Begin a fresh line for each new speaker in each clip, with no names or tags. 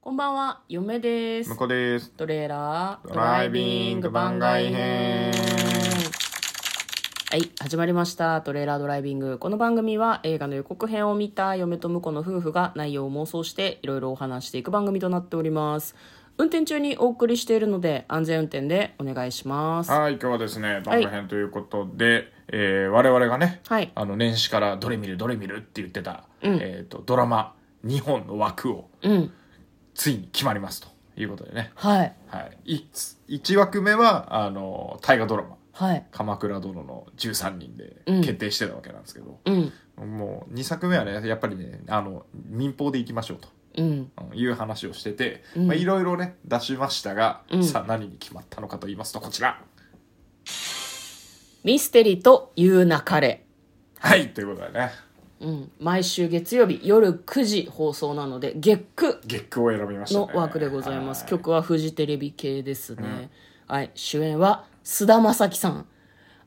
こんばんは、嫁です
向。こうです。
トレーラード
ドライビング番外編
はい、始まりました。トレーラードライビング。この番組は映画の予告編を見た嫁と婿の夫婦が内容を妄想していろいろお話していく番組となっております。運転中にお送りしているので安全運転でお願いします。
はい、今日はですね、番外編ということで、えー我々がね、
はい
あの、年始からどれ見るどれ見るって言ってた、えっ、と、ドラマ2本の枠を、
うん。
ついに決まりますということでね。
はい。
はい。1枠目は、あの、大河ドラマ、
はい。
鎌倉殿の13人で
うん
決定してたわけなんですけど、
うん。
もう2作目はね、やっぱりね、あの、民放で行きましょうと。
うん。
うんいう話をしてて、
うん
まあいろいろね出しましたが、
うん
さあ何に決まったのかと言いますとこちら
ミステリーという流れ。
はいということでね
うん。毎週月曜日夜9時放送なので、月9。
月句を選びました、
の
ね、
枠でございます、
は
曲はフジテレビ系ですね、はい主演は菅田将暉さん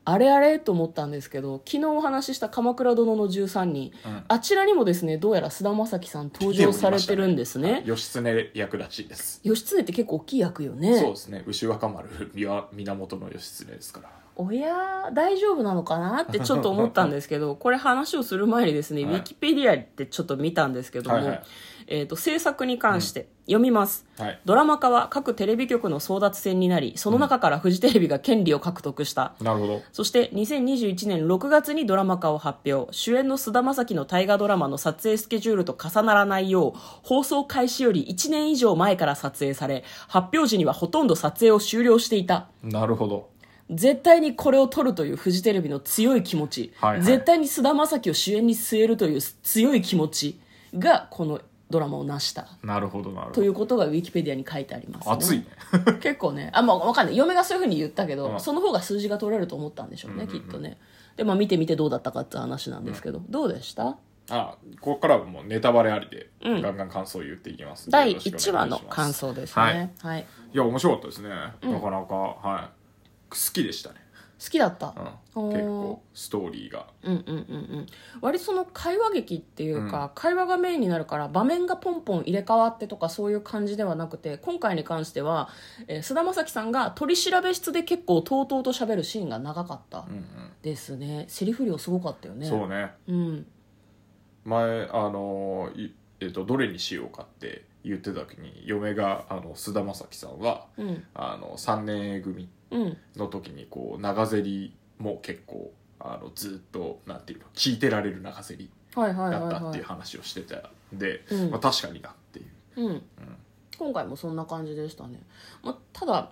あれあれと思ったんですけど昨日お話しした「鎌倉殿の13人」
うん
あちらにもですねどうやら菅田将暉さん登場されてるんですね
はい義経役らしいです、
義経って結構大きい役よね
そうですね牛若丸みわ源義経ですから
おやー大丈夫なのかなってちょっと思ったんですけ どこれ話をする前にですね、
はい
ウィキペディアってちょっと見たんですけども、
はいはい
えー、と制作に関して読みます、
はい
ドラマ化は各テレビ局の争奪戦になりその中からフジテレビが権利を獲得した、
なるほど
そして2021年6月にドラマ化を発表主演の菅田将暉の大河ドラマの撮影スケジュールと重ならないよう放送開始より1年以上前から撮影され発表時にはほとんど撮影を終了していた
なるほど
絶対にこれを撮るというフジテレビの強い気持ち、
はいはい
絶対に菅田将暉を主演に据えるという強い気持ちがこのドラマを成した
なるほどなるほ
と
ど
いうことがウィキペディアに書いてあります、ね、
熱いね
結構ねあまあわかんない嫁がそういうふうに言ったけど、
うん
その方が数字が取れると思ったんでしょうね、きっとねでまあ見てみてどうだったかって話なんですけど、どうでした
あここからはもうネタバレありで、
うん
ガンガン感想を言っていきますんで
第
よろしくお願い
1話の
します
感想です
はい、
ね、はい
いや面白かったですね、なかなかはい好きでしたね
好きだった、
うん、
おー
結構ストーリーが
うんうんうんうん割とその会話劇っていうか、会話がメインになるから場面がポンポン入れ替わってとかそういう感じではなくて今回に関してはえー菅、田将暉さんが取り調べ室で結構とうとうと喋るシーンが長かった
うん
ですね、セリフ量すごかったよ
うん
ね
そうね
うん
前あのいえっとどれにしようかって言ってた時に嫁があの菅田将暉さんは
うん
あの3年 A 組
うん
の時にこう長ゼリも結構あのずっとなんていうの聞いてられる長ゼリ
はいはいはい
だったっ
は
てい
いう
話をしてたんで、
うん
まあ、確かになっていう
うん、今回もそんな感じでしたね、まあ、ただ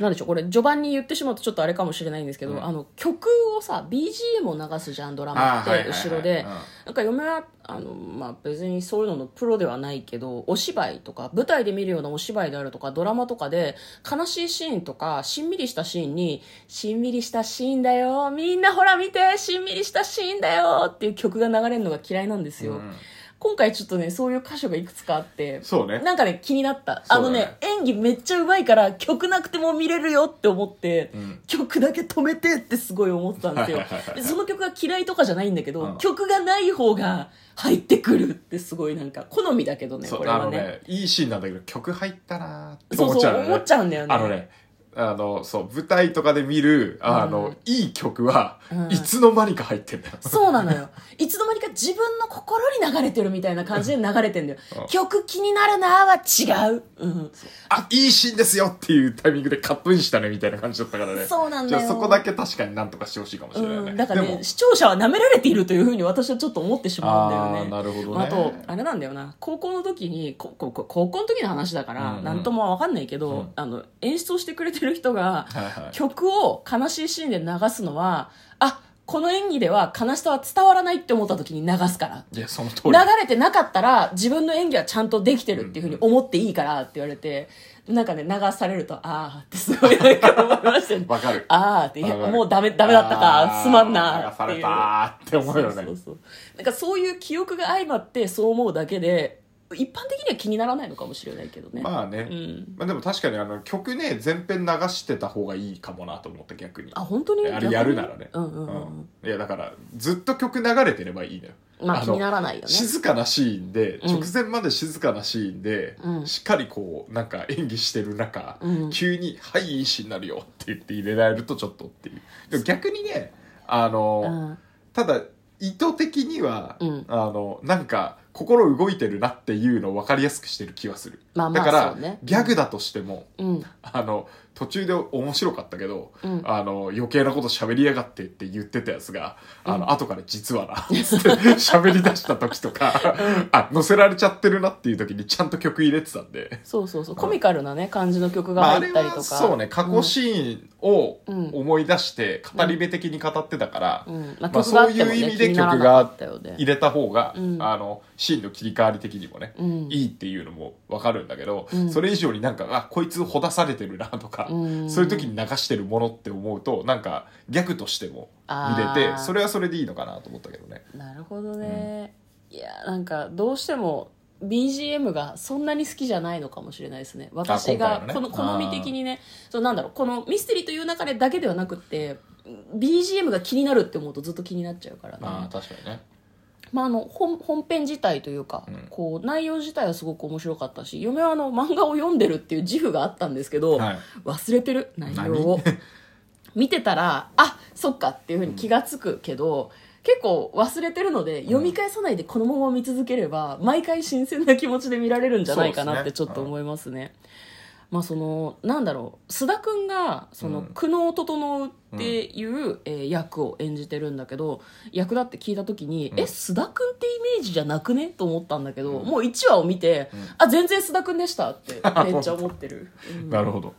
なんでしょうこれ序盤に言ってしまうとちょっとあれかもしれないんですけど、
うん
あの曲をさ BGM を流すじゃんドラマ
あ
っ
ーはいはい
て
はい
後ろでなんか嫁はあの、まあ、別にそういうののプロではないけどお芝居とか舞台で見るようなお芝居であるとかドラマとかで悲しいシーンとかしんみりしたシーンに「しんみりしたシーンだよみんなほら見てしんみりしたシーンだよ」っていう曲が流れるのが嫌いなんです
うん
よ、
うん
今回ちょっとねそういう箇所がいくつかあって
そうね
なんかね気になった、
そ
あ
う
の
だね
ね演技めっちゃうまいから曲なくても見れるよって思って、
うん
曲だけ止めてってすごい思ってたんですよ
はいはいはいは
で
い
その曲が嫌いとかじゃないんだけど、
うん
曲がない方が入ってくるってすごいなんか好みだけどね
そ
こ
う
れ
あ
は
の
ね
ねいいシーンなんだけど曲入ったなーって
そう
思っち
そ
ゃう
う
よ
思っちゃうんだよね
あのね、あの、そう、舞台とかで見る、あの、
うん
いい曲は、
うん
いつの間にか入ってんだよ。
そうなのよ。いつの間にか自分の心に流れてるみたいな感じで流れてんだよ
うん。
曲気になるなーは違う。うん。
あ、いいシーンですよっていうタイミングでカットインしたねみたいな感じだったからね。
そうなんだよ
じゃあそこだけ確かになんとかしてほしいかもしれないね。
うん、だから
でも
ね、視聴者は舐められているというふうに私はちょっと思ってしまうんだ
あ
よ
ー
ね。
なるほどね
まああと、あれなんだよな、高校の時に、こここ高校の時の話だか
うん
ら、
うん
なんともわかんないけど、
うん
あの、演出をしてくれてる人が、
はいはい。
曲を悲しいシーンで流すのは、あ、この演技では悲しさは伝わらないって思った時に流すから。
いや、その通り。
流れてなかったら自分の演技はちゃんとできてるっていうふうに思っていいからって言われて、なんかね、流されると、ああってすごいなんか思いましたね。
わかる。
あーって、いや
わかる
もうダメ、ダメだったか
あ、ー
すまんな
流
って
さ
い
れ
う。
たーって思うよね。
そうそうそうなんかそういう記憶が相まってそう思うだけで、一般的には気にならないのかもしれないけどね。
まあね。
うん。
まあでも確かにあの曲ね、全編流してた方がいいかもなと思った逆に。
あ、本当に
あれやるならね。
逆にうんうんうん。
うんいや、だから、ずっと曲流れてればいいのよ。
うまあ
あ
気
の
にならないよね
静かなシーンで、
うん
直前まで静かなシーンで、
うん
しっかりこうなんか演技してる中、
うん
急に「はいいいシーンになるよ」って言って入れられるとちょっとっていうでも逆にねあの、
うん
ただ意図的には、
うん
あのなんか心動いてるなっていうのを分かりやすくしてる気はする、
まあまあ
だから
そうね
ギャグだとしても、
うん
あの途中で面白かったけど、
うん
あの余計なこと喋りやがってって言ってたやつが、あの後から実はなって喋り出した時とか、あ乗せられちゃってるなっていう時にちゃんと曲入れてたんで、
そうそうそうコミカルなね感じの曲
ま
が
あ、あ
入
れ
ったりと
は
か
そうね過去
し
シーンを
うん
思い出して語り部的に語ってたから、
うんまあ
まあ
曲があ
そう
っても
い
ね
う意味
気
で
になら
曲
なか
が
ったよね
入れた方が、
うん
あのシーンの切り替わり的にもね、
うん
いいっていうのも分かるんだけど、
うん
それ以上になんかあこいつほだされてるなとか、
うん
そういう時に流してるものって思うとなんかギャグとしても見れ
あー
てそれはそれでいいのかなと思ったけどね
なるほどね、いやなんかどうしても BGM がそんなに好きじゃないのかもしれないですね私
今回
が
のね
この
あー
好み的にねそうなんだろうこのミステリーという中でだけではなくって BGM が気になるって思うとずっと気になっちゃうからね
ああ確かにね
まあ、あの本本編自体というか、
うん
こう内容自体はすごく面白かったし嫁はあの漫画を読んでるっていう自負があったんですけど、
はい
忘れてる内容を 見てたらあそっかっていうふうに気がつくけど、結構忘れてるので読み返さないでこのまま見続ければ、毎回新鮮な気持ちで見られるんじゃないかなってち
そ
ょ
うですね
っと思いますね。まあそのなんだろう須田くんがその
うん
久能整っていう、えー役を演じてるんだけど役だって聞いた時に、
うん
え須田くんってイメージじゃなくねと思ったんだけど、
うん
もう1話を見て、
うん
あ全然須田くんでしたってめっちゃ思って る、うん
なるほど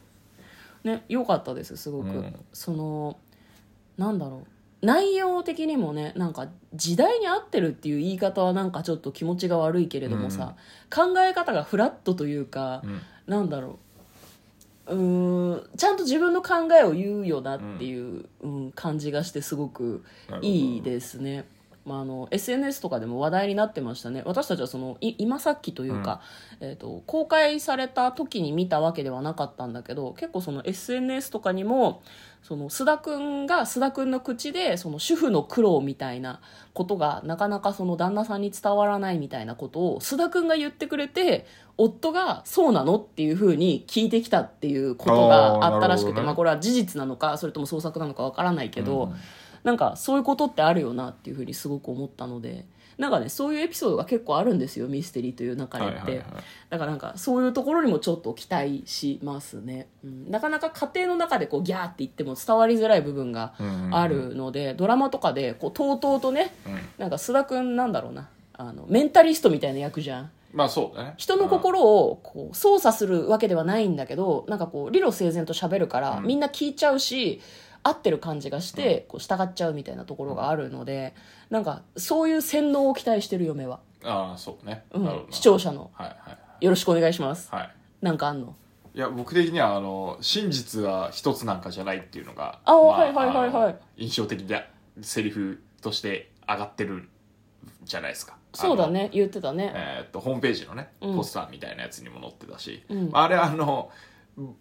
ね良かったですすごく、
うん
そのなんだろう内容的にもねなんか時代に合ってるっていう言い方はなんかちょっと気持ちが悪いけれどもさ、考え方がフラットというか、
うん
なんだろううーんちゃんと自分の考えを言うよなっていう、うん感じがしてすごく
なるほど
いいですね。まあ、あの SNS とかでも話題になってましたね私たちはそのい今さっきというか、えー、と公開された時に見たわけではなかったんだけど結構その SNS とかにもその須田君が須田君の口でその主婦の苦労みたいなことがなかなかその旦那さんに伝わらないみたいなことを須田君が言ってくれて夫が「そうなの?」っていうふうに聞いてきたっていうことがあったらしくて
あーなるほどね
まあ、これは事実なのかそれとも創作なのかわからないけど。
うん
なんかそういうことってあるよなっていうふうにすごく思ったのでなんかねそういうエピソードが結構あるんですよミステリーという中で
は
っ
い
て、
はいはい
だからなんかそういうところにもちょっと期待しますね、うん、なかなか家庭の中でこうギャーって言っても伝わりづらい部分があるので、ドラマとかでこうとうとうとね
うん
なんか須田君なんだろうなあのメンタリストみたいな役じゃん
まあそうだね
人の心をこう操作するわけではないんだけどなんかこう理路整然と喋るから、
うん
みんな聞いちゃうし合ってる感じがして、こう従っちゃうみたいなところがあるので、なんかそういう洗脳を期待してる嫁は、
うんああそうね
うん
なるほど
視聴者の
はいはい
よろしくお願いします
はいはい
なんかあんの
いや僕的にはあの真実は一つなんかじゃないっていうのが
あはいはいはいはい
あの印象的なセリフとして上がってるじゃないですか
そうだ
あの
ね言ってたね、
えーっとホームページのね
うん
ポスターみたいなやつにも載ってたし、
うん
あれあの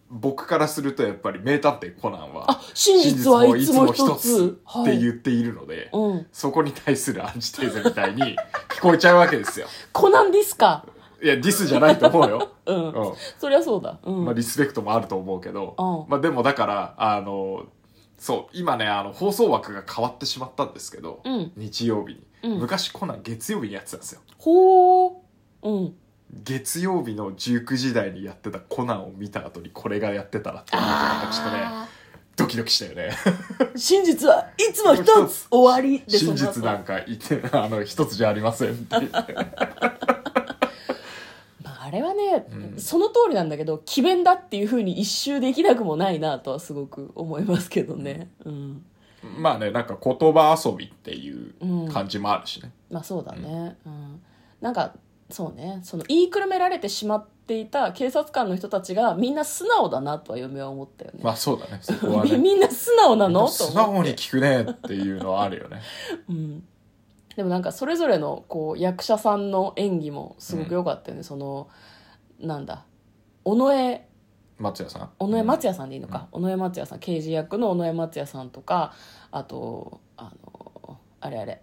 僕からするとやっぱり名探偵コナンは
あ真実はいつも
真実
一つ
は一つって言っているので、
うん、
そこに対するアンチテーゼみたいに聞こえちゃうわけですよ
コナンディスか
いやディスじゃないと思うよ、
うん、
うん、
そりゃそうだうん、
まあ、リスペクトもあると思うけど、
うん
まあ、でもだからあのそう今ねあの放送枠が変わってしまったんですけど、
うん
日曜日に、
うん
昔コナン月曜日にやってたんですよ
ほううん
月曜日の19時台にやってたコナンを見た後にこれがやってたらって思うとなんかちょっとね
あ
ドキドキしたよね
ー真実はいつも一つ終わりで
真実なんんか言ってあの一つじゃありませんっ ていう
まあ、あれはね、
うん
その通りなんだけど詭弁だっていうふうに一周できなくもないなとはすごく思いますけどね、うん、
まあねなんか言葉遊びっていう感じもあるしね、
まあそうだね、うんなんかそうねその言いくるめられてしまっていた警察官の人たちがみんな素直だなとは嫁は思ったよね,、
まあそうだねそこ は
み
ね
みんな素直なのと
素
思
直
って
に聞くねっていうのはあるよね
うん、でもなんかそれぞれのこう役者さんの演技もすごく良かったよね、そのなんだ尾上
松也さん
尾上松也さんでいいのか、尾上松也さん刑事役の尾上松也さんとかあとあのあれあれ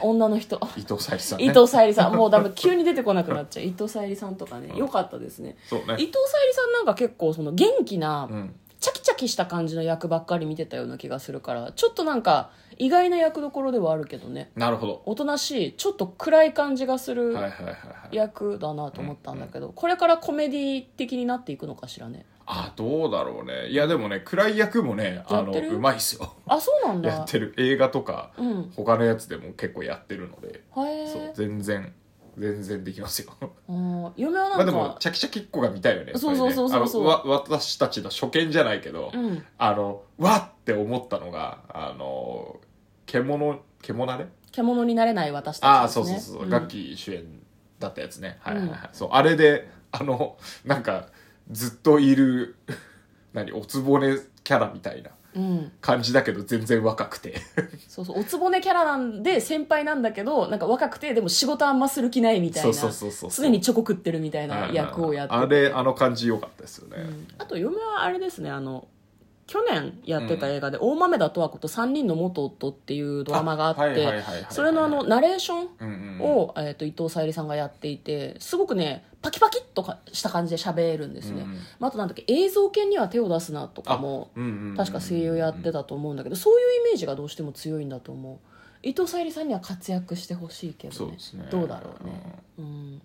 女の人
伊藤沙莉さん、ね、
伊藤沙莉さんもうダメ急に出てこなくなっちゃう伊藤沙莉さんとかねよかったですね
そう
伊
ね
藤沙莉さんなんか結構その元気な、
うん
チャキチャキした感じの役ばっかり見てたような気がするからちょっとなんか意外な役どころではあるけどね
なるほど
おとなしいちょっと暗い感じがする
はいはいはいはい
役だなと思ったんだけど、これからコメディ的になっていくのかしらね
あどうだろうねいやでもね暗い役もねあ
やっ
の
てる
うまいっすよ
あそうなんだ
やってる映画とか、
うん
他のやつでも結構やってるので、
へ
そう
え
全然全然できますよ
うん嫁は
ま
な
あ
ん
で
か、
もチャキチャキっ子が見たいよね
そうそうそうそうそう
やっぱりねあのわ私たちの初見じゃないけど、
うん
あのわって思ったのがあの獣獣ね
獣になれない私たち、ね、
ああそうそうそう、
ん
楽器主演だったやつねはいはいはい、
う
そうあれであのなんかずっといる 何おつぼねキャラみたいな
うん、
感じだけど全然若くて
そうそうおつぼねキャラなんで先輩なんだけどなんか若くてでも仕事あんまする気ないみたい
そう
な
そうそうそう
常にチョコ食ってるみたいな役をやってて
あれあの感じ良かったですよね、
うんあと嫁はあれですねあの去年やってた映画で「大豆田十和子と3人の元夫」っていうドラマがあ
は
っ
いはいはい
て
はいはい
それのあのナレーショ
うんう
ン
んうん
を、えー、と伊藤沙莉さんがやっていてすごくねパキパキっとかした感じで喋るんですね、
うんうん
まあ、あとなんだっけ映像系には手を出すなとかも
うんうんうん
確か声優やってたと思うんだけどそういうイメージがどうしても強いんだと思う伊藤沙莉さんには活躍してほしいけ
そ
ど
う
ね
ですね
どうだろうね、うん、
い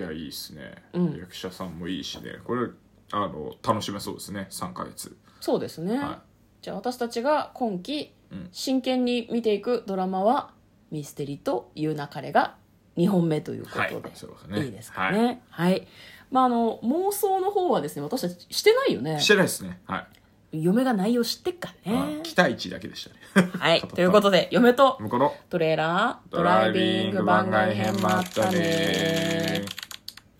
やいいっすね、
うん
役者さんもいいしねこれあの楽しめそうですね3ヶ月
そうですね、
は
じゃあ私たちが今期
うん
真剣に見ていくドラマは「ミステリという流れ」が2本目ということ
はい
で、
そうですね
いいですか
は
ねはい、まああの妄想の方はですね私たちしてないよね
い、してないですねはい
嫁が内容知ってっから
はい
ね
期待値だけでしたね
はいということで嫁と
向こうの
トレーラード
ドライビング番外編もあったねー